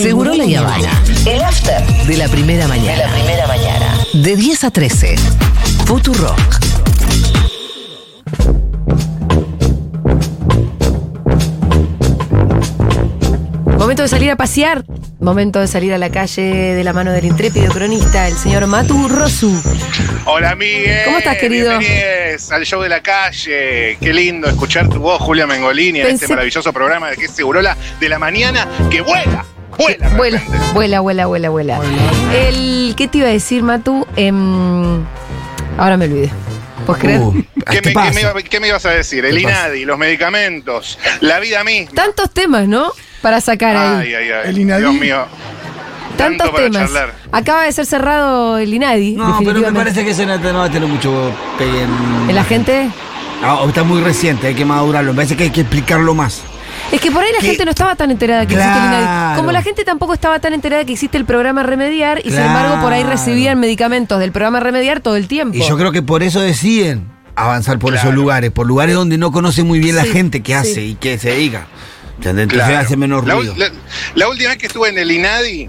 Seguro la Habana. El after. De la primera mañana. De la primera mañana. De 10 a 13. Futurock. Momento de salir a pasear. Momento de salir a la calle de la mano del intrépido cronista, el señor Matu Rosu. Hola, Miguel. ¿Cómo estás, querido? Bienvenidos al show de la calle. Qué lindo escuchar tu voz, Julia Mengolini, en Pensé- este maravilloso programa de que es Segurola de la mañana que vuela. Vuela. de Vuela, repente. vuela, vuela, vuela, vuela. El, ¿Qué te iba a decir, Matu? Em, ahora me olvidé. ¿Puedes creer? Uh, ¿qué ¿Qué, me, pasa? qué me iba- qué me ibas a decir? El ¿Qué pasa? INADI, los medicamentos, la vida misma. Tantos temas, ¿no? Para sacar ahí. Ay, ay, ay. El Inadi. Dios mío. Tantos tanto para temas. charlar. Acaba de ser cerrado el INADI. No, pero me definitivamente. parece que eso no, no va a tener mucho pegue en... ¿En la gente? Ah, o está muy reciente, hay que madurarlo. Me parece que hay que explicarlo más. Es que por ahí la ¿Qué? gente no estaba tan enterada que existe el INADI. Claro. Como la gente tampoco estaba tan enterada que existe el programa Remediar, y sin Claro. embargo por ahí recibían medicamentos del programa Remediar todo el tiempo. Y yo creo que por eso deciden avanzar por esos Claro. lugares, por lugares donde no conoce muy bien la Sí, gente que hace sí. y que se dedica. ¿Entendés? Entonces Claro. hace menos La- ruido. La, la última vez que estuve en el INADI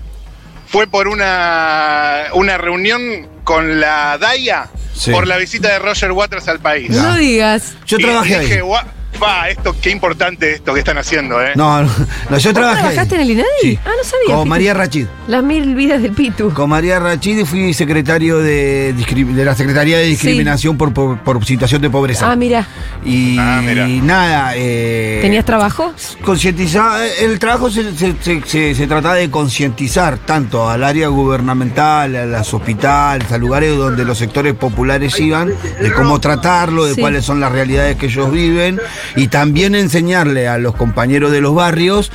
fue por una, una reunión con la DAIA Sí. por la visita de Roger Waters al país. Ya. No digas. Yo Y trabajé dije, ahí. "Gua- pa, esto, qué importante esto que están haciendo, ¿eh? No, no, no, yo trabajé. ahí. trabajaste en el INADI? Ah, no sabía, Con fíjate. María Rachid. Las mil vidas del Pitu. Con María Rachid fui secretario de, discri- de la Secretaría de Discriminación por, por- por situación de pobreza. Ah, mira. y, Ah, mira. y nada. eh, ¿Tenías trabajo? concientizar, el trabajo se, se, se- se- se trataba de concientizar tanto al área gubernamental, a los hospitales, a lugares donde los sectores populares iban, de cómo tratarlo, de Sí. cuáles son las realidades que ellos viven, y también enseñarle a los compañeros de los barrios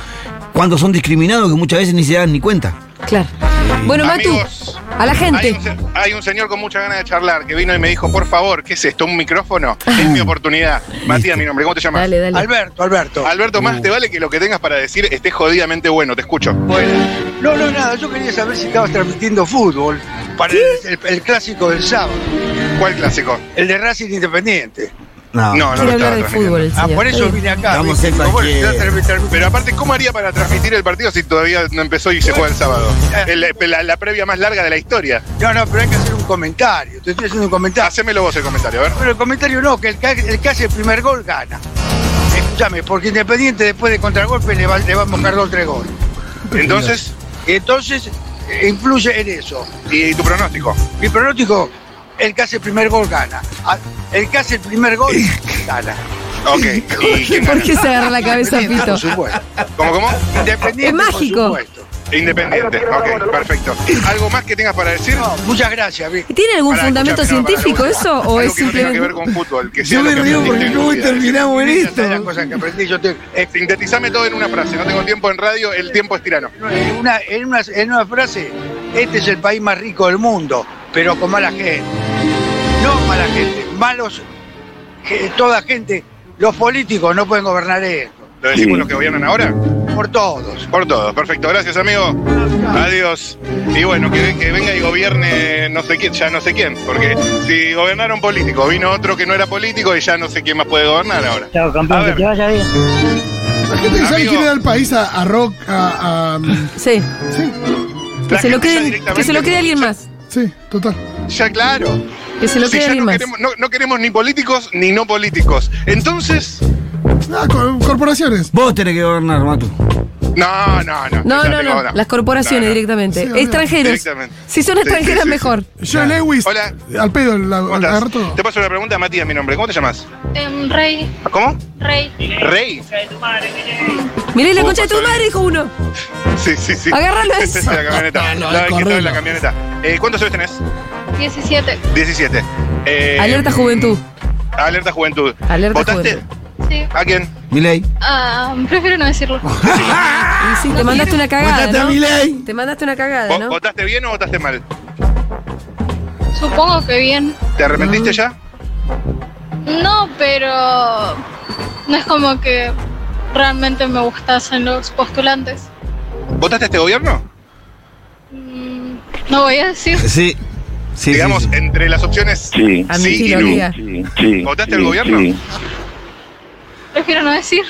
cuando son discriminados, que muchas veces ni se dan ni cuenta. Claro. Bueno, Matu, Amigos, a la Hay gente. un, se- hay un señor con mucha ganas de charlar que vino y me dijo, por favor, ¿qué es esto? ¿Un micrófono? Es mi oportunidad. Matías, mi nombre, ¿cómo te llamas? Dale, dale. Alberto, Alberto. Alberto, Uh. más te vale que lo que tengas para decir esté jodidamente bueno, te escucho. Bueno, no, no, nada, yo quería saber si estabas transmitiendo fútbol para el, el- el clásico del sábado, ¿Cuál clásico? el de Racing Independiente. No, no No, Quiere lo hablar estaba de transmitiendo. fútbol. el Ah, señor. por Está eso bien. vine acá. Estamos ¿viste? en Bueno, cualquiera. ya termi- termi- Pero aparte, ¿cómo haría para transmitir el partido si todavía no empezó y se juega el sábado? El- la, la previa más larga de la historia. No, no, pero hay que hacer un comentario. Te estoy haciendo un comentario. Hacémelo vos el comentario, a ver. Pero el comentario no, que el que, el que hace el primer gol gana. Escúchame, porque Independiente después de contragolpe le va, le va a mojar dos o tres goles. Entonces, Entonces, eh, influye en eso. ¿y tu pronóstico? Mi pronóstico, el que hace el primer gol gana. Ah, El que hace el primer gol gana. Ok. ¿Y quién ¿Por gana? qué se agarra la cabeza, Independiente, Pito? Por supuesto. ¿Cómo, cómo? Independiente, Es mágico. Por supuesto. Independiente. Ok, perfecto. ¿Algo más que tengas para decir? No, muchas gracias, vi. ¿Y ¿Tiene algún Pará, fundamento escuchame, no, pará, científico pará, eso? pará. ¿O Algo es que no tenga que ver simplemente.? con fútbol. Que sea Yo lo me que río aprendiste porque en cómo tu vida. terminamos en esto. Todas las cosas que aprendí, yo te- eh, Sintetizame Este, todo en una frase. No tengo tiempo en radio. El tiempo es tirano. en, una, en, una, en una frase, este es el país más rico del mundo, pero con mala gente. No mala gente, malos, que toda gente, los políticos no pueden gobernar esto, ¿Lo decimos los que gobiernan ahora? por todos. Por todo. Perfecto. Gracias, amigo. Adiós. Y bueno, que, que venga y gobierne no sé quién, ya no sé quién. Porque si gobernaron político, vino otro que no era político y ya no sé quién más puede gobernar ahora. Chao, A campeón, que ver. te vaya bien. La gente que sabe Amigo. quién le da el país a, a Rock, a, mm, a- Sí. Sí, Que La se, lo gente ya quede, que directamente- se lo quede alguien más. sí, total. Ya, claro. Que se lo Si quede ya alguien no más. queremos, no, no queremos ni políticos ni no políticos. Entonces. Nada, Ah, co- corporaciones. Vos tenés que gobernar, Matu. No, no, no. No, ya no, tengo no. ahora. Las corporaciones No, no. directamente. Sí, obvio. extranjeros. Directamente. Si son Sí, extranjeras, sí, sí, mejor. John Lewis. Hola. Al pedo, la, ¿Cómo al estás? agarró todo. Te paso una pregunta, Matías, mi nombre. ¿Cómo te llamas? Em, rey, ¿Cómo? rey. Rey. Mirá la Oh, concha de tu pasó bien. madre, dijo uno. Sí, sí, sí. Agárralo Esa es eso. la camioneta. No, no, La que estaba en la correlo. camioneta. Eh, ¿Cuántos años tenés? 17. 17. Eh, Alerta juventud. Alerta juventud. Alerta ¿Votaste? Sí. ¿A quién? Milei. Ah, prefiero no decirlo. Ah, Y sí, te mandaste una cagada. Votate a ¿no? Milei. Te mandaste una ¿Vo- cagada, ¿no? ¿Votaste bien o votaste mal? Supongo que bien. ¿Te arrepentiste ya? No, pero no es como que realmente me gustasen los postulantes. ¿Votaste este gobierno? Mm, No voy a decir. Sí. Sí, Digamos, sí, sí. entre las opciones Sí, sí Admitilo, y no. amiga. sí, sí. ¿Votaste sí, al gobierno? Sí. Prefiero no decir.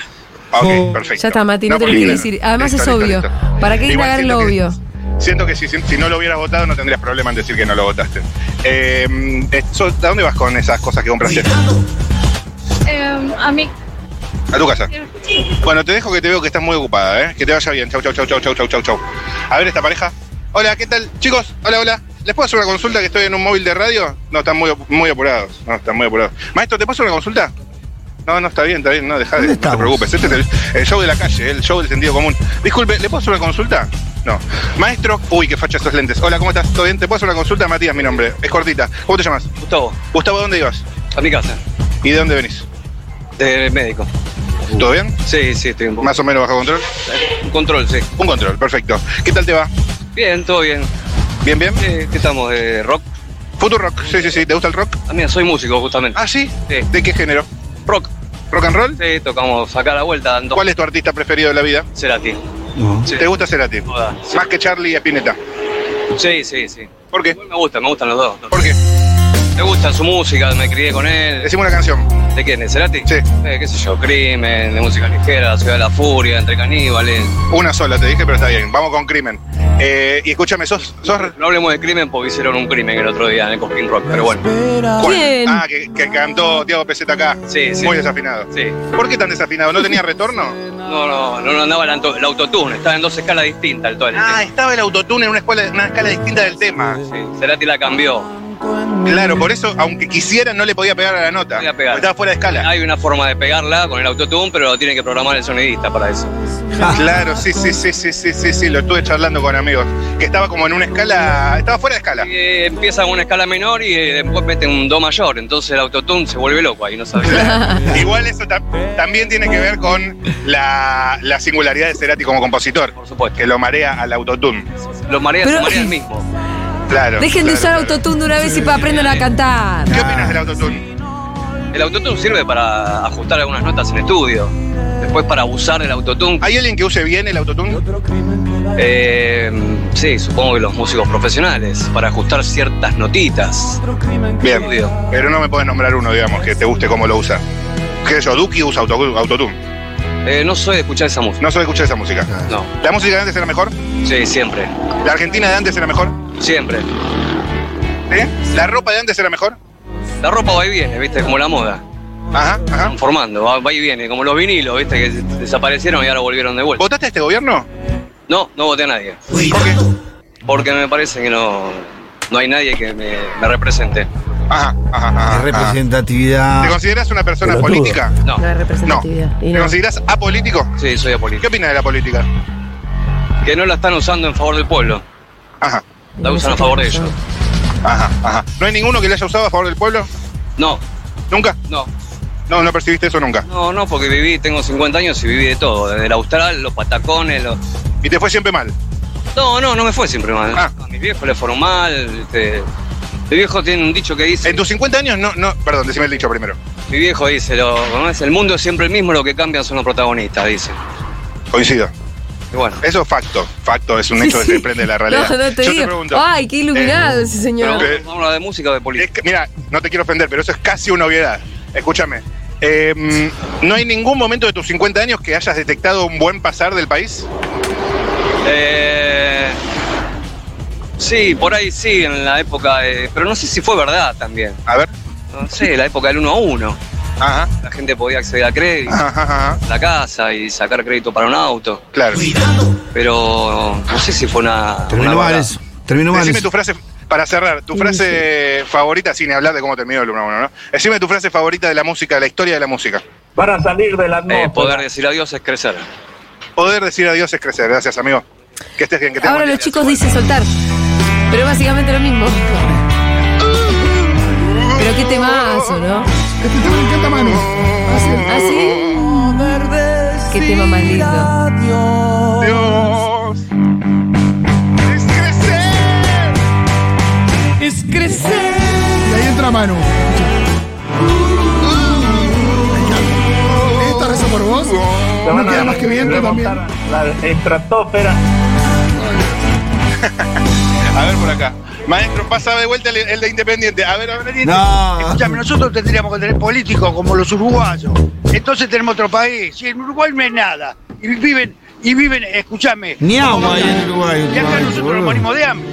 Ah, ok, Oh. perfecto. Ya está, Mati, no, tenés porque- que decir. Además Listo, es listo, obvio. listo. ¿Para qué Igual indagar en lo siento que- obvio? Siento que si, si no lo hubieras votado no tendrías problema en decir que no lo votaste. Eh, eso- ¿A dónde vas con esas cosas que compraste? Eh, a mí. A tu casa. Bueno, te dejo que te veo que estás muy ocupada, ¿eh? Que te vaya bien. Chau, chau, chau, chau, chau, chau, chau, chau. A ver esta pareja. Hola, ¿qué tal? Chicos, hola, hola. ¿Les puedo hacer una consulta que estoy en un móvil de radio? No, están muy, op- muy apurados. No, están muy apurados. Maestro, ¿te puedo hacer una consulta? No, no, está bien, está bien. No, deja de... ¿Dónde No te estamos? preocupes. Este es el, el show de la calle, el show del sentido común. Disculpe, ¿le puedo hacer una consulta? No. Maestro... Uy, qué facha esos lentes. Hola, ¿cómo estás? ¿Todo bien? ¿Te puedo hacer una consulta? Matías, mi nombre. Es cortita. ¿Cómo te llamas? Gustavo, Gustavo, ¿dónde ibas? a mi casa, ¿Y de dónde venís? del médico. ¿Todo bien? Sí, sí, estoy un poco. ¿Más o menos bajo control? Un control, sí. Un control, perfecto. ¿Qué tal te va? Bien, todo bien. ¿Bien, bien? Eh, ¿Qué estamos? eh, ¿Rock? Futuro rock, sí, sí, sí. ¿Te gusta el rock? Ah, mira, soy músico justamente. Ah, sí. Sí. ¿De qué género? Rock. ¿Rock and roll? Sí, tocamos acá a la vuelta dando. ¿Cuál es tu artista preferido de la vida? Cerati. Sí. ¿Te gusta Cerati? Joda, sí. Más que Charlie y Spinetta. Sí, sí, sí. ¿Por qué? Igual Me gustan, me gustan los dos. ¿Por qué? Me gusta su música, me crié con él. Decime una canción. ¿De quién? ¿De Cerati? Sí. Eh, qué sé yo, Crimen, de música ligera, Ciudad de la Furia, Entre Caníbales. Una sola, te dije, pero está bien. Vamos con Crimen. Eh, y escúchame, ¿sos, sos re- No hablemos de crimen porque hicieron un crimen el otro día en el Cosquín Rock, pero bueno. cuál? Bien. Ah, que, que cantó Tiago Peseta acá. Sí, sí. Muy desafinado. Sí. ¿Por qué tan desafinado? ¿No tenía retorno? No, no, no, no andaba el, auto- el autotune, estaba en dos escalas distintas el todo el Ah, estaba el autotune en una, escuela, una escala distinta del tema. tiempo. Sí, Cerati la cambió. Claro, por eso, aunque quisiera, no le podía pegar a la nota. Podía pegar. Estaba fuera de escala. Hay una forma de pegarla con el autotune, pero lo tiene que programar el sonidista para eso. Ah. Claro, sí, sí, sí, sí, sí, sí, sí, lo estuve charlando con amigos. Que estaba como en una escala, estaba fuera de escala. Y, eh, empieza con una escala menor y eh, después mete un do mayor, entonces el autotune se vuelve loco ahí, no sabía. Igual eso ta- también tiene que ver con la, la singularidad de Cerati como compositor, Por supuesto. que lo marea al autotune. Lo marea, Pero- se marea el mismo. Claro. Dejen de claro, usar claro. autotune de una vez y pa- aprendan a cantar. ¿Qué opinas del autotune? El autotune sirve para ajustar algunas notas en estudio. Después para abusar del autotune. ¿Hay alguien que use bien el autotune? eh, sí, supongo que los músicos profesionales, para ajustar ciertas notitas. Bien. Estudio. Pero no me puedes nombrar uno, digamos, que te guste cómo lo usa. ¿Qué sé yo? Duki usa auto- autotune. Eh, no soy de escuchar esa música. No se escucha esa música. No, ¿La música de antes era mejor? sí, siempre. ¿La Argentina de antes era mejor? Siempre. ¿Eh? ¿La ropa de antes era mejor? La ropa va y viene, viste, como la moda. Ajá, ajá. Transformando, va, va y viene, como los vinilos, viste, que desaparecieron y ahora volvieron de vuelta. ¿Votaste a este gobierno? No, no voté a nadie. ¿Por qué? Porque me parece que no, no hay nadie que me, me represente. Ajá, ajá, Ah, ajá, La ajá. ¿Te representatividad. consideras una persona Pelotudo. política? No. No hay No. representatividad. Y ¿Te no. consideras apolítico? Sí, soy ¿Qué apolítico. opinas de la política? Que no la están usando en favor del pueblo. Ajá, La usan a favor de ellos. ajá, ajá. ¿No hay ninguno que le haya usado a favor del pueblo? No, ¿Nunca? no. No, no percibiste eso nunca. No, no, porque viví, tengo 50 años y viví de todo. Desde el austral, los patacones, los... ¿Y te fue siempre mal? No, no, no me fue siempre mal. Ah. A mis viejos les fueron mal. Este... Mi viejo tiene un dicho que dice... En tus 50 años no, no... Perdón, decime el dicho primero. Mi viejo dice, lo, ¿no? es el mundo es siempre el mismo, lo que cambian son los protagonistas, dice. Coincido. Y bueno, Eso es facto. Facto es un Sí, hecho que sí. se desprende de la realidad. No, no te Yo digo. Ah, te pregunto... Eh, Ay, qué iluminado ese pero señor. Ok. vamos a hablar de música o de política. es que- mira, no te quiero ofender, pero eso es casi una obviedad. Escúchame. eh, ¿No hay ningún momento de tus 50 años que hayas detectado un buen pasar del país? Eh, sí, por ahí sí, en la época de... Pero no sé si fue verdad también. A ver. No sé, la época del 1 a 1. Ajá, La gente podía acceder a crédito, ajá, ajá, ajá. a la casa y sacar crédito para un auto. Claro. Pero no sé si fue una... Terminó una mal verdad. eso. Terminó mal Decime eso. tu frase, para cerrar, tu frase favorita, sin hablar de cómo terminó el 1 1, ¿no? Decime tu frase favorita de la música, de la historia de la música. Para salir de la Eh, atmósfera. poder decir adiós es crecer. Poder decir adiós es crecer. Gracias, amigo. Que estés bien, que tengas Ahora buen día. los chicos dicen soltar. Pero básicamente lo mismo. Pero qué temazo, ¿no? Este tema me encanta Manu. Así es. ¿Así? Ah, Qué tema más lindo. Adiós. Es crecer. Es crecer. Y ahí entra Manu. Ah. Esta reza por vos. Se van a No queda más que viento también. remontar La estratosfera. A ver por acá. Maestro, pasa de vuelta el, el de Independiente. A ver, a ver. No. Escúchame, nosotros tendríamos que tener políticos como los uruguayos. Entonces tenemos otro país. Y en Uruguay no es nada. Y viven, y viven, escúchame. Ni agua hay en Uruguay. Y acá últimamente, nosotros boludo. nos morimos de hambre.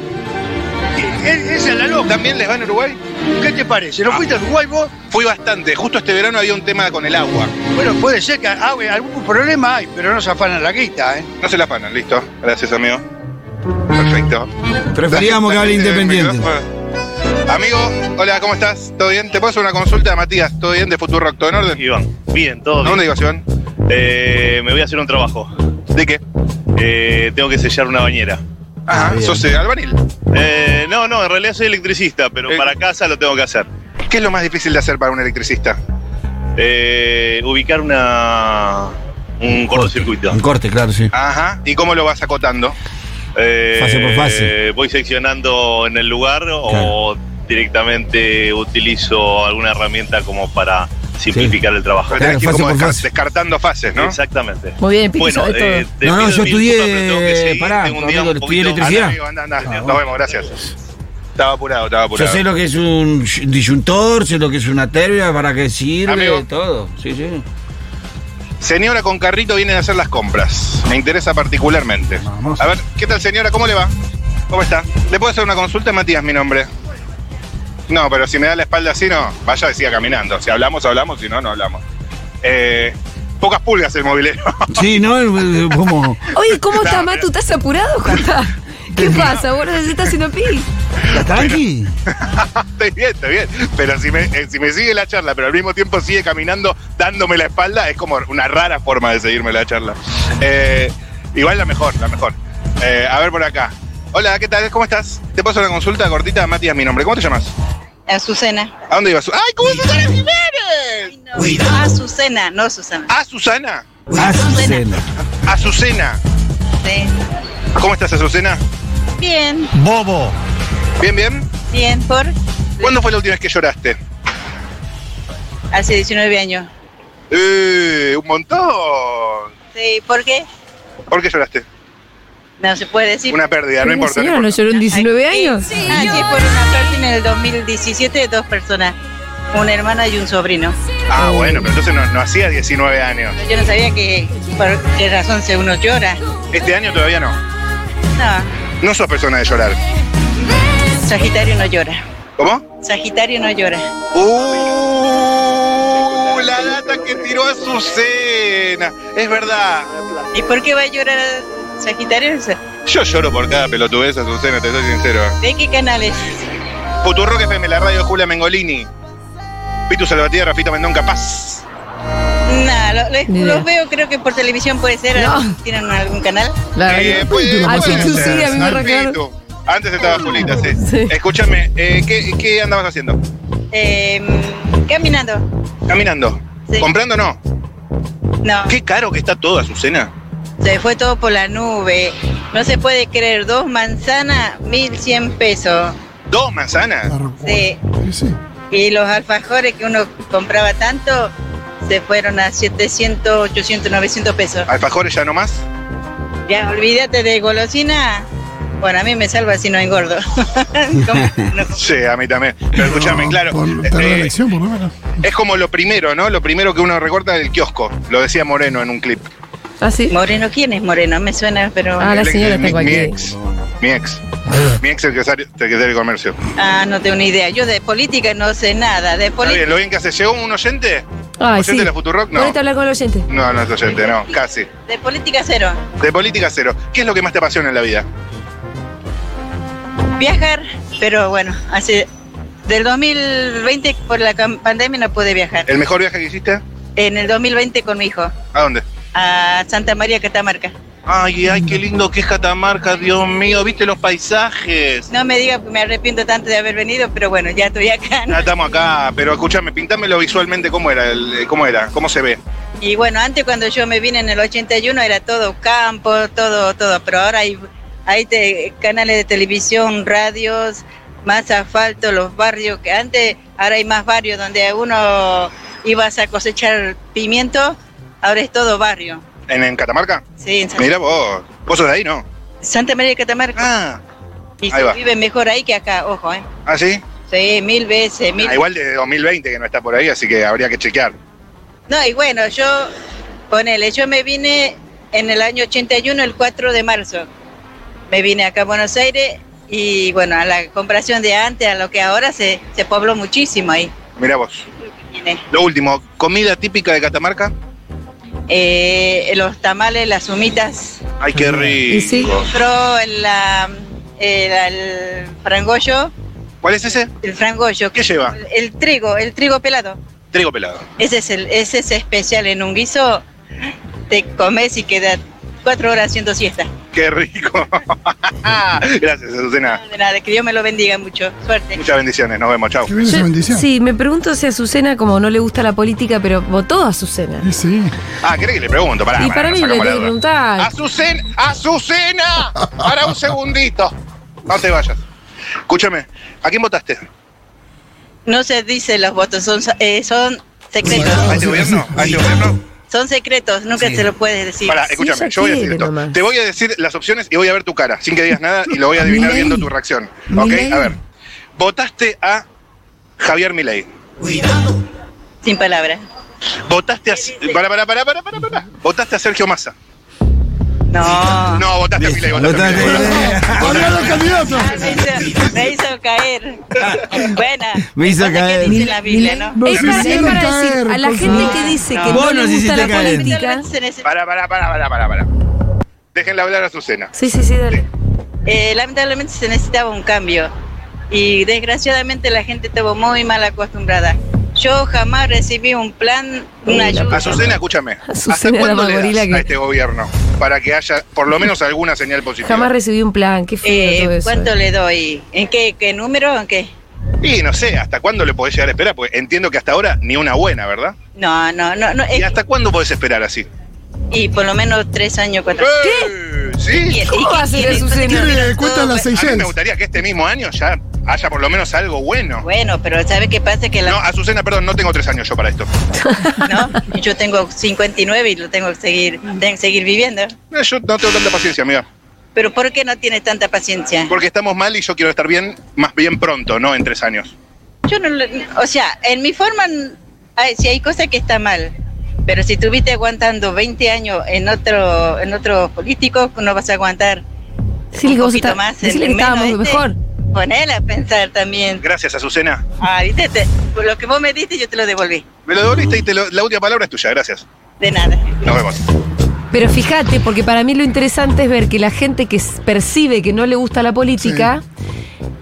E- e- Esa es la loca. ¿También les va en Uruguay? ¿Qué te parece? ¿No fuiste a Uruguay vos? Fui bastante. Justo este verano había un tema con el agua. Bueno, puede ser que ah, bueno, algún problema hay, pero no se afanan la guita, ¿eh? No se la panan, listo. Gracias, amigo. Perfecto. Preferíamos que hable Gracias, independiente. micrófono. Amigo, hola, ¿cómo estás? ¿Todo bien? Te puedo hacer una consulta, Matías. ¿Todo bien de Futuro ¿Todo en orden? Iván, bien, todo ¿Dónde bien. ibas, Iván? Eh, me voy a hacer un trabajo. ¿De qué? Eh, tengo que sellar una bañera. Ajá, Ah, bien. sos eh, albanil. Eh, no, no, en realidad soy electricista, pero Eh. para casa lo tengo que hacer. ¿Qué es lo más difícil de hacer para un electricista? Eh, ubicar una un cortocircuito. Un corte, claro, sí. Ajá. ¿Y cómo lo vas acotando? Eh, Fase por fase. Voy seccionando en el lugar o directamente utilizo alguna herramienta como para simplificar el trabajo. Tenés Claro, que ir fase como por desca- fase. descartando fases, ¿no? Exactamente. Muy bien, Piqui, Bueno, sabés todo. Ah, eh, te No, no, pido yo mil estudié, disculpas, pero tengo que seguir. eh, pará, Tengo un tu día amigo un que estudió poquito- electricidad. Anda, amigo, anda, anda. Ah, Nos bueno. vemos, gracias. Estaba apurado, estaba Yo apurado. sé lo que es un disyuntor, sé lo que es una terbia, para qué sirve, Amigo. todo. Sí, sí. Señora con carrito viene a hacer las compras. Me interesa particularmente. Vamos. A ver, ¿qué tal señora? ¿Cómo le va? ¿Cómo está? ¿Le puedo hacer una consulta, Matías, mi nombre? No, pero si me da la espalda así, no. Vaya, siga caminando. Si hablamos, hablamos. Si no, no hablamos. Eh, pocas pulgas el mobilero. Sí, ¿no? Como... Oye, ¿cómo estás, No, Matu? ¿Estás apurado, Jota? ¿Qué pasa, boludo? ¿Se está haciendo pis? ¿Está tranqui? estoy bien, estoy bien. Pero si me, eh, si me sigue la charla, pero al mismo tiempo sigue caminando dándome la espalda, es como una rara forma de seguirme la charla. Eh, igual la mejor, la mejor. Eh, a ver por acá. Hola, ¿qué tal? ¿Cómo estás? Te paso una consulta cortita, Matías, mi nombre. ¿Cómo te llamas? Azucena. ¿A dónde ibas? ¡Ay, cómo es Susana Jiménez! Azucena, no Susana. ¿A Susana? Ah, Azucena. Azucena. Sí. ¿Cómo estás, Azucena? Bien, Bobo. ¿Bien, bien? bien, por ¿Cuándo fue la última vez que lloraste? hace 19 años. Eh, un montón. Sí, ¿por qué? ¿Por qué lloraste? No se puede decir. Una pérdida, no Pero la importa. señora no no importa. lloró en 19 años. Sí, Aquí por una pérdida en el 2017 de dos personas, una hermana y un sobrino. Ah, bueno, pero entonces no, no hacía 19 años. Yo no sabía que por qué razón se uno llora. Este año todavía no. No, No sos persona de llorar. Sagitario no llora. ¿Cómo? Sagitario no llora. ¡Uh! La data que tiró Azucena. Es verdad. ¿Y por qué va a llorar Sagitario? Yo lloro por cada pelotudez, Azucena, te soy sincero. ¿De qué canales? Futurock FM, la radio de Julia Mengolini. Pitu Salvatierra, Fito Mendón Capaz. No, lo- lo- Ni idea. los veo creo que por televisión puede ser. No. ¿Tienen algún canal? La verdad Eh, que- puede- Al puede Pitu ser, sí, a mí me al recuerda. Pitu. Antes estaba Julita, sí. Sí. Escúchame, eh, ¿qué, qué andabas haciendo? Eh, caminando. Caminando. Sí. ¿Comprando o no? No, Qué caro que está todo, Azucena. se fue todo por la nube. No se puede creer, dos manzanas, 1100 pesos. ¿Dos manzanas? Sí. Sí. Y los alfajores que uno compraba tanto se fueron a 700, 800, 900 pesos. ¿Alfajores ya no más? Ya, olvídate de golosina. Bueno, a mí me salva si no engordo. Como- no. Sí, a mí también. Pero escúchame, claro. Por, eh, tardó la eh, elección, por lo menos. es como lo primero, ¿no? Lo primero que uno recorta del kiosco. Lo decía Moreno en un clip. Ah, sí. Moreno, ¿quién es Moreno? Me suena, pero... Ah, la El- señora el- mi, está mi aquí. ex. Mi ex. Mi ex secretario, secretario de comercio. Ah, no tengo ni idea. Yo de política no sé Está nada. De bien, política... lo bien que hace. ¿Llegó un oyente? Ay, ¿Oyente sí. de la Futurock? No. Ponete a hablar con el oyente. No, no es oyente, no, casi. De política cero. De política cero. ¿Qué es lo que más te apasiona en la vida? viajar, pero bueno, hace del 2020 por la cam- pandemia no pude viajar. ¿El mejor viaje que hiciste? En el 2020 con mi hijo ¿A dónde? a Santa María Catamarca. Ay, ay, qué lindo que es Catamarca, Dios mío. ¿Viste los paisajes? No me diga que me arrepiento tanto de haber venido, pero bueno, ya estoy acá. ¿no? Ya estamos acá, pero escúchame, pintámelo visualmente cómo era, el- eh, cómo era, cómo se ve. Y bueno, antes cuando yo me vine en el 81 era todo campo, todo, todo, pero ahora hay, hay te- canales de televisión, radios, más asfalto, los barrios que antes, ahora hay más barrios donde uno ibas a cosechar pimiento, ahora es todo barrio. ¿En, en Catamarca? Sí, en Santa Mira vos, vos sos de ahí, ¿no? Santa María de Catamarca. Ah, Y Ahí se va. vive mejor ahí que acá, ojo, ¿eh? ¿Ah, sí? Sí, mil veces, mil Ah, igual de 2020 que no está por ahí, así que habría que chequear. No, y bueno, yo, ponele, yo me vine en el año 81, el 4 de marzo. Me vine acá a Buenos Aires y bueno, a la comparación de antes, a lo que ahora se, se pobló muchísimo ahí. Mirá vos. Tiene, Lo último, comida típica de Catamarca. eh, los tamales, las humitas, Ay, qué rico. compró el, la- el- el frangollo, ¿Cuál es ese? el frangollo, ¿Qué lleva? el trigo, el trigo pelado. Trigo pelado. Ese es, el, ese es especial en un guiso, te comes y quedas cuatro horas haciendo siesta. Qué rico. Gracias, Azucena. De nada, que Dios me lo bendiga mucho. Suerte. Muchas bendiciones. Nos vemos. Chau. Yo- sí, me pregunto si a Azucena, como no le gusta la política, pero votó a Azucena. Sí. Ah, ¿querés que le pregunto? Pará, y pará, para no mí le sacamos tengo la que duda. preguntar. ¡Azucena! ¡Azucena! Para un segundito. No te vayas. Escúchame, ¿a quién votaste? No se dice los votos, son, eh, son secretos. ¿A este gobierno? ¿A este gobierno? Son secretos, nunca se lo puedes decir. Pará, escúchame, yo voy a decir esto. Te voy a decir las opciones y voy a ver tu cara, sin que digas nada, y lo voy a adivinar Milei. viendo tu reacción. ¿Ok? Milei. A ver. Votaste a Javier Milei. Sin palabras. Votaste a. Pará, pará, pará, pará, pará, pará. Votaste a Sergio Massa. No. No, votaste a Milei, votaste a Milei. Habla los candidatos. Ah, Me hizo, me hizo caer. Buena. Me hizo caer. Dice la Biblia, ¿no? Nos Es para, es hicieron para caer, decir, a la por gente favor. que dice No. que Vos no le nos gusta hiciste la caer. política. Se necesita- Pará, pará, pará, pará, pará, pará. Déjenla hablar a Azucena. Sí, sí, sí, dale. eh, lamentablemente se necesitaba un cambio y desgraciadamente la gente estuvo muy mal acostumbrada. Yo jamás recibí un plan, una ayuda. Azucena, escúchame. ¿Hasta Azucena, la cuándo le mamorila das a que- este gobierno para que haya por lo menos alguna señal positiva? Jamás recibí un plan. Qué feo Eh, todo eso. ¿Cuánto le doy? ¿En qué, qué número? ¿En qué? Y no sé, ¿hasta cuándo le podés llegar a esperar? Porque entiendo que hasta ahora ni una buena, ¿verdad? No, no, no. no ¿Y eh, hasta cuándo podés esperar así? y por lo menos tres años, cuatro ¿Qué? ¿Sí? años. ¿Cómo va a ser eso, señor? ¿Qué? Cuentan las A mí me Seychelles. gustaría que este mismo año ya haya por lo menos algo bueno. Bueno, pero ¿sabe qué pasa? Que No, la, Azucena, perdón, no tengo tres años yo para esto. ¿no? yo tengo 59 y lo tengo que seguir, tengo que seguir viviendo. No, Eh, Yo no tengo tanta paciencia, amiga. Pero ¿por qué no tienes tanta paciencia? Porque estamos mal y yo quiero estar bien, más bien pronto, no en tres años. Yo no, le- o sea, en mi forma, ay, si hay cosas que está mal, pero si estuviste aguantando 20 años en otro, en otro político, no vas a aguantar. Decirle que un vos poquito está- más, decirle que el menos, estábamos ¿viste? mejor. Ponela a pensar también. Gracias, Azucena. Ah, viste, te- por lo que vos me diste, yo te lo devolví. Me lo devolviste y te lo- la última palabra es tuya, gracias. De nada. Nos vemos. Pero fíjate, porque para mí lo interesante es ver que la gente que s- percibe que no le gusta la política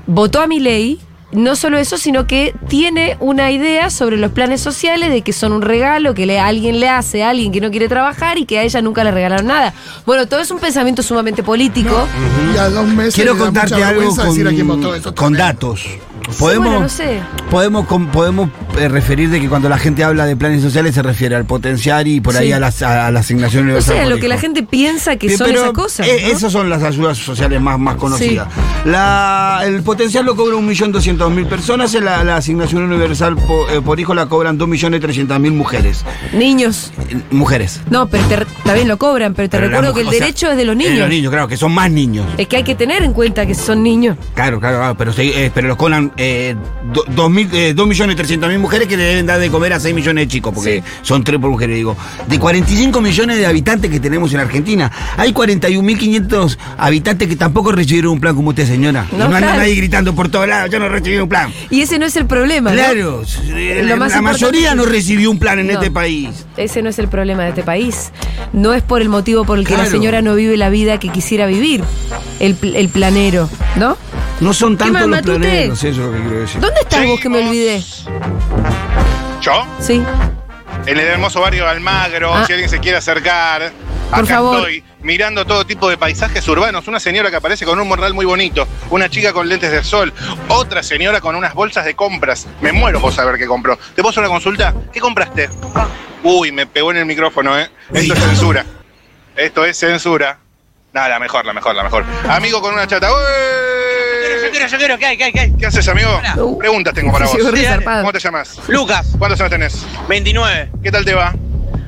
votó a mi ley. No solo eso, sino que tiene una idea sobre los planes sociales de que son un regalo que le, alguien le hace a alguien que no quiere trabajar y que a ella nunca le regalaron nada. Bueno, todo es un pensamiento sumamente político. Y a dos meses. Quiero le da contarte mucha algo vergüenza decir a quién votó con, eso. con datos. Sí, Podemos, bueno, no sé. podemos, com- podemos eh, referir de que cuando la gente habla de planes sociales se refiere al potenciar y por Sí. ahí a, las- a la asignación O universal. sea, por lo que hijo. la gente piensa que Bien, son pero esas cosas. e- ¿no? Esas son las ayudas sociales más, más conocidas. La- el potencial lo cobra 1.200.000 personas, la, la asignación universal po- eh, por hijo la cobran 2.300.000 mujeres. Niños. Eh, mujeres. No, pero te re- también lo cobran, pero te Pero recuerdo las que el muj- o sea, derecho es de los De niños. los niños, claro, que son más niños. Es que hay que tener en cuenta que son niños. Claro, claro, claro, pero, sí, eh, pero los cobran eh, do- dos mil, eh, dos millones trescientas mil mujeres que le deben dar de comer a 6 millones de chicos, porque son tres por mujeres, digo. De 45 millones de habitantes que tenemos en Argentina, hay 41.500 habitantes que tampoco recibieron un plan como usted, señora. No, No, anda claro. nadie gritando por todos lados, yo no recibí un plan. Y ese no es el problema. ¿no? Claro, eh, Lo la, más la importante mayoría es- no recibió un plan en No. este país. Ese no es el problema de este país. No es por el motivo por el que la Claro. señora no vive la vida que quisiera vivir. El, pl- el planero, ¿no? No son más, tantos los Matute? planeros, eso es lo que quiero decir. ¿Dónde estás vos que me olvidé? ¿Yo? Sí. En el hermoso barrio de Almagro, Ah. si alguien se quiere acercar. Por acá favor. estoy mirando todo tipo de paisajes urbanos. Una señora que aparece con un morral muy bonito, una chica con lentes de sol, otra señora con unas bolsas de compras. Me muero por saber qué compró. ¿Te puedo hacer una consulta? ¿Qué compraste? Uy, me pegó en el micrófono, ¿eh? Esto es censura. Esto es censura. Nada, la mejor, la mejor, la mejor. Amigo con una chata. Yo ¡Ué! quiero, yo quiero, ¿qué hay, qué hay, qué hay? ¿Qué haces, amigo? Uh. Preguntas tengo para vos. Llegó re Sí, dale. zarpado. ¿Cómo te llamas? Lucas, ¿Cuántos años tenés? 29. ¿Qué tal te va?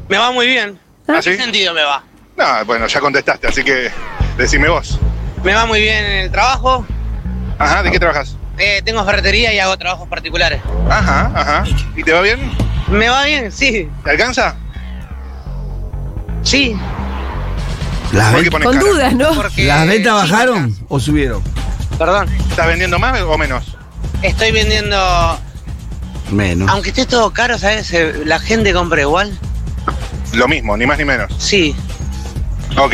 Me va muy bien. ¿Ah, ¿En qué sí? sentido me va? No, bueno, ya contestaste, así que decime vos. Me va muy bien en el trabajo, Ajá, ¿de qué trabajas? Eh, tengo ferretería y hago trabajos particulares. Ajá, ajá. ¿Y te va bien? Me va bien, sí. ¿Te alcanza? Sí. Las ¿Por qué ven- pones Con cara? dudas, ¿no? Porque- ¿Las ventas bajaron o subieron? Perdón. ¿Estás vendiendo más o menos? Estoy vendiendo. Menos. Aunque esté todo caro, ¿sabes? Eh, La gente compra igual. Lo mismo, ni más ni menos. Sí. Ok.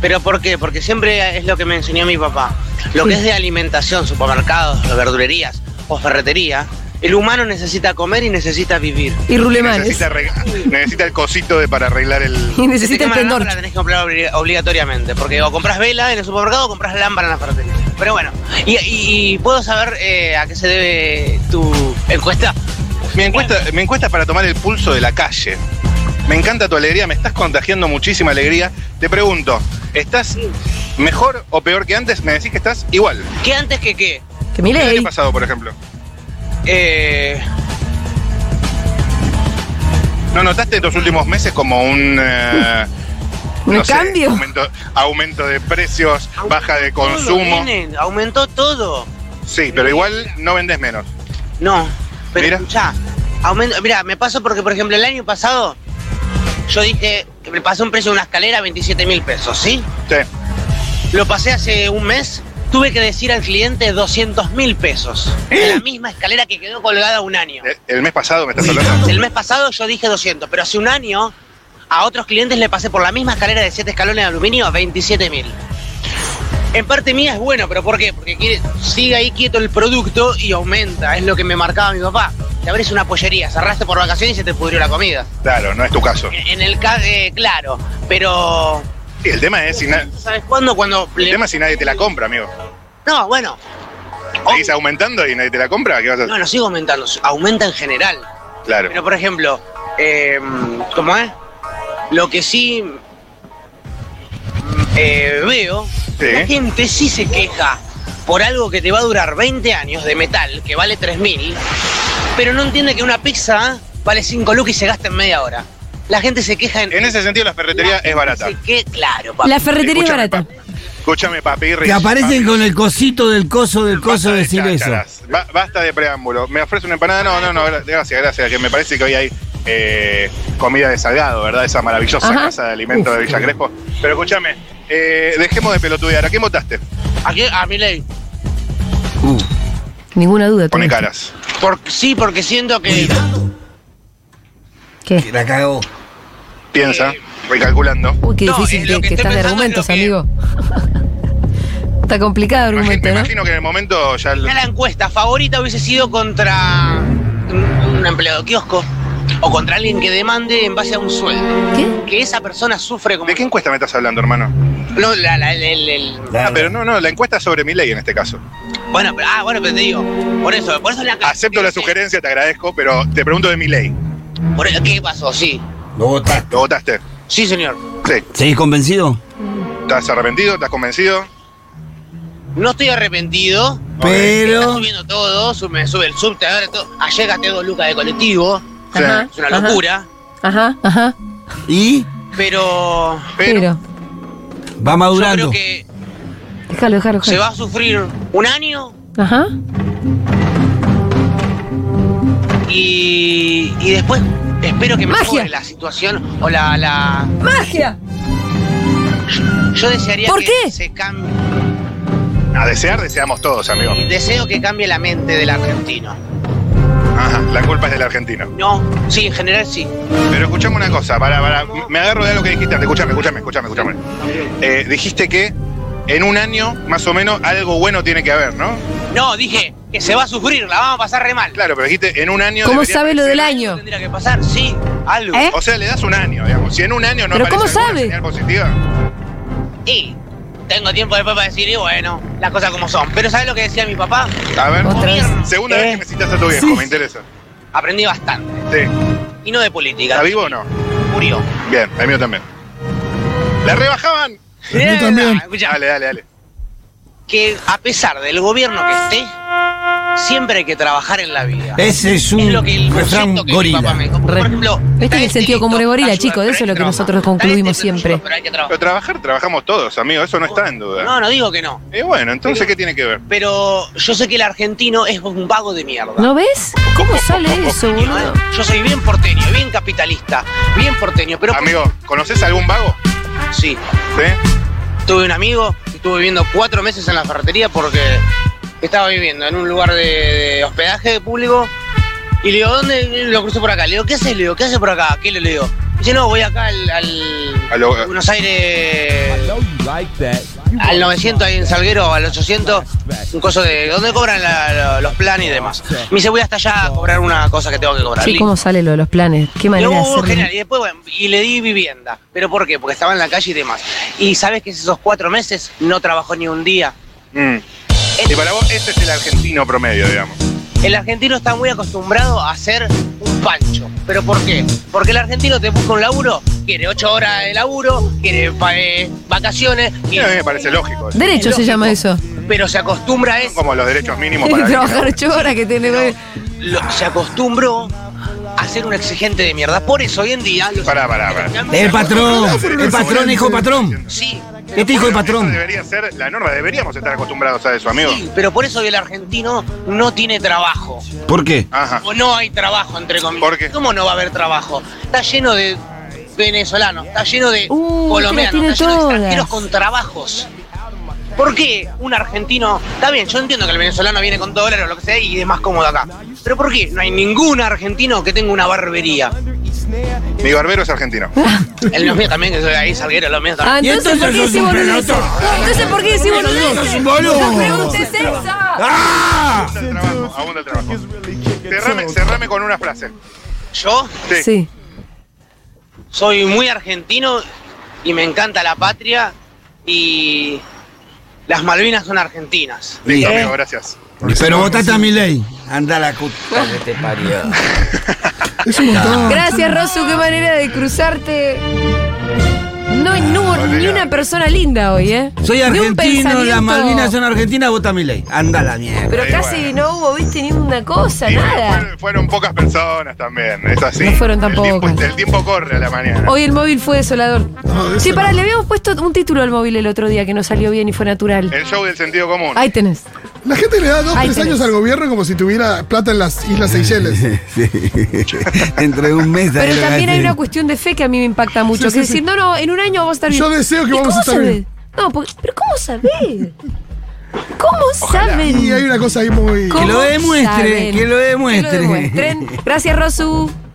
¿Pero por qué? Porque siempre es lo que me enseñó mi papá. Lo que es de alimentación, supermercados, verdulerías o ferretería, el humano necesita comer y necesita vivir. Necesita, arreg- necesita el cosito de, para arreglar el. Ese Este tema de lámpara la tenés que comprar obli- obligatoriamente, porque o compras vela en el supermercado o compras lámpara en la ferretería. Pero bueno, y, y- y puedo saber eh, a qué se debe tu encuesta. Mi encuesta, mi encuesta es para tomar el pulso de la calle. Me encanta tu alegría, me estás contagiando muchísima alegría. Te pregunto, ¿estás mejor o peor que antes? Me decís que estás igual. ¿Qué antes que qué? Que ¿Qué el año pasado, por ejemplo? Eh, ¿No notaste en los últimos meses como un... eh, ¿Un sé, cambio? aumento, aumento de precios, baja de todo, consumo. nene, aumentó todo. Sí, pero igual no vendés menos. No, pero escuchá, aumento, mira, me pasó porque, por ejemplo, el año pasado yo dije, que me pasó un precio de una escalera a 27 mil pesos, ¿sí? Sí. Lo pasé hace un mes, tuve que decir al cliente 200 mil pesos. La misma escalera que quedó colgada un año. El mes pasado me estás hablando. El mes pasado yo dije 200, pero hace un año a otros clientes le pasé por la misma escalera de 7 escalones de aluminio a 27 mil. En parte mía es bueno, pero ¿por qué? Porque quiere- sigue ahí quieto el producto y aumenta, es lo que me marcaba mi papá. Te abrís una pollería, cerraste por vacaciones y se te pudrió la comida. Claro, no es tu caso. En el caso, claro, pero... Sí, el tema es si, na- ¿Sabes cuándo? Cuando... el tema es si nadie te la compra, amigo. No, bueno, Seguís aumentando y nadie te la compra, ¿qué vas a hacer? Oh. no, no sigo aumentando, aumenta en general. Claro. Pero por ejemplo, eh, ¿cómo es? Lo que sí mm, eh, veo, la gente sí se queja por algo que te va a durar 20 años de metal, que vale 3.000, pero no entiende que una pizza vale 5 lucas y se gasta en media hora. La gente se queja en... En ese sentido la ferretería es barata. ¿Qué? Claro, papi. Escúchame, pa- Escúchame, papi. Te Rich, aparecen papi. con el cosito del coso del coso decir eso. Ba- basta de preámbulo. ¿Me ofrece una empanada? No, no, no. gra- Gracias, gracias. Que me parece que hoy hay eh, comida de salgado, ¿verdad? Esa maravillosa Ajá. casa de alimentos Uf. de eh. Villa Crespo. Pero escúchame, eh, dejemos de pelotudear. ¿A quién votaste? ¿A, qué? a mi ley. Uh, Ninguna duda. Pone caras. sí, porque siento que... ¿Qué? La cagó. Piensa, recalculando. Uy, qué No, difícil es que, lo que que estoy estás de pensando es lo argumentos, amigo. Está complicado el argumento, Me ¿no? imagino que en el momento ya... el- Ya la encuesta favorita hubiese sido contra un un empleado de kiosco o contra alguien que demande en base a un sueldo. Que esa persona sufre como... ¿De qué encuesta me estás hablando, hermano? No, la- la- el- el- el- Ah, pero no, no, la encuesta es sobre mi ley en este caso. Bueno, pero- ah, bueno, pero te digo, por eso, por eso la... Acepto la sugerencia, te agradezco, pero te pregunto de mi ley. Por eso, ¿Qué pasó? Sí. Lo votaste. ¿Lo votaste? Sí, señor. Sí. ¿Seguís convencido? ¿Estás arrepentido? ¿Estás convencido? No estoy arrepentido. Pero- Está subiendo todo, sube- me sube el subte, ahora todo. Ayer gasté dos lucas de colectivo. Ajá, es una ajá. locura. Ajá, ajá. ¿Y? Pero... Pero. Va madurando. Yo creo que Déjalo, déjalo, se va a déjalo. sufrir un año Ajá. Y, y después espero que mejore Magia. la situación o la... la ¡Magia! yo desearía ¿Por que qué? se cambie... A desear, deseamos todos, amigo. y Deseo que cambie la mente del argentino. Ajá, la culpa es del argentino. No, sí, en general sí. Pero escuchame una cosa, para, para, me agarro de algo que dijiste, antes. escuchame, escuchame, escuchame, escuchame. Eh, dijiste que en un año, más o menos, algo bueno tiene que haber, ¿no? No, dije que se va a sufrir, la vamos a pasar re mal. Claro, pero dijiste en un año... ¿Cómo debería sabe lo aparecer del algo. año? Tendría que pasar, sí, algo. ¿Eh? O sea, le das un año, digamos. Si en un año no ¿Pero aparece cómo alguna sabe? señal positiva... Y tengo tiempo después para decir, y bueno, las cosas como son. Pero ¿sabes lo que decía mi papá? A ver, Otra vez. segunda vez que me citas a tu viejo, me interesa. Aprendí bastante. Sí. Y no de política. ¿Está vivo o no? Murió. Bien, el mío también. ¡La rebajaban! Bien. también. Dale, dale, dale. Que a pesar del gobierno que esté, siempre hay que trabajar en la vida. Ese es un lo que el refrán concepto que mi gorila. papá me dijo. Por ejemplo, Este es el sentido común de gorila, chicos. De eso es lo que nosotros este concluimos siempre. Pero trabajar, trabajamos todos, amigo, eso no está en duda. no, no digo que no. Y bueno, entonces, ¿qué tiene que ver? Pero yo sé que el argentino es un vago de mierda. ¿Eh? ¿No ves? ¿Cómo sale eso, boludo? Yo soy bien porteño, bien capitalista, bien porteño, pero... Ah, Amigo, ¿conoces algún vago? Sí. ¿Sí? Tuve un amigo que estuvo viviendo cuatro meses en la ferretería porque estaba viviendo en un lugar de, de hospedaje público. Y le digo, ¿dónde lo crucé por acá? Le digo, ¿qué haces? Le digo, ¿qué haces por acá? ¿Qué le, le digo? Dice, no, voy acá al, al A lo- Buenos Aires, al 900 ahí en Salguero, al 800, un coso de donde cobran la- lo- los planes y demás. Me dice, voy hasta allá a cobrar una cosa que tengo que cobrar. Sí, Listo. ¿cómo sale lo de los planes? Qué manera de Luego hubo hacerlo. general, y después, bueno, y le di vivienda. ¿Pero por qué? Porque estaba en la calle y demás. Y sabes que esos cuatro meses no trabajó ni un día. Mm. Y para vos, ese es el argentino promedio, digamos. El argentino está muy acostumbrado a hacer un pancho. ¿Pero por qué? Porque el argentino te busca un laburo, quiere ocho horas de laburo, quiere pa- eh, vacaciones. Sí, a mí me parece lógico. eso. Derecho se llama eso. Pero se acostumbra a eso. Como los derechos mínimos Tiene que para. trabajar ocho horas que tiene. Lo- se acostumbró a ser un exigente de mierda. Por eso hoy en día. los- Pará, pará, pará. El patrón, el patrón, hijo de Eh, patrón. Sí, Este hijo de Eso patrón. debería ser la norma, deberíamos estar acostumbrados a eso, amigo. sí, pero por eso hoy el argentino no tiene trabajo. ¿Por qué? Ajá. O no hay trabajo, entre comillas. Ah. ¿Por qué? ¿Cómo no va a haber trabajo? Está lleno de venezolanos, está lleno de Uh, colombianos, pero está lleno tiene de extranjeros todas. con trabajos. ¿Por qué un argentino? Está bien, yo entiendo que el venezolano viene con dólares o lo que sea y es más cómodo acá. Pero ¿por qué? No hay ningún argentino que tenga una barbería. Mi barbero es argentino. El los míos también, que soy ahí salguero, los míos Ah, también. Y entonces, ¿por entonces qué sos decís un boludeces? pelotón. Entonces, ¿por qué decís sos boludeces? un boludo. ¡No preguntes esa! ¡Ah! Abunda el trabajo, abunda el trabajo. Cerrame, cerrame con una frase. Ah. Yo Sí. Sí. soy muy argentino y me encanta la patria y las Malvinas son argentinas. Listo, Bien. amigo, gracias. Pero votaste a mi ley. Anda la puta que te parió. Es un montón. Gracias, Rosu, qué manera de cruzarte. No, hay- no hubo ni una persona linda hoy, ¿eh? Soy Ni un argentino, las pensamiento. Malvinas son argentinas, vota mi ley. Anda la mierda. Pero Ahí, casi bueno. no hubo, viste, ni una cosa, Y nada. fueron, fueron pocas personas también, es así. No fueron El tiempo- El tampoco. tiempo, corre a la mañana. Hoy el móvil fue desolador. Sí, pará, le habíamos puesto un título al móvil el otro día que no salió bien y fue Eh, natural. El show del sentido común. Ahí tenés. La gente le da dos, Ahí tres tenés. años al gobierno como si tuviera plata en las Islas Seychelles. Sí. Dentro de un mes. Pero ahí lo también gané. hay una cuestión de fe que a mí me impacta mucho. Sí, que sí, decir, sí. no, no, en un año vos a estar bien. Yo deseo que ¿Y vamos a cómo estar sabés? bien. No, porque- pero ¿cómo sabés? ¿Cómo saben? Y hay una cosa ahí muy. ¿Cómo lo demuestre, que lo demuestre. Que lo demuestren. Gracias, Rosu.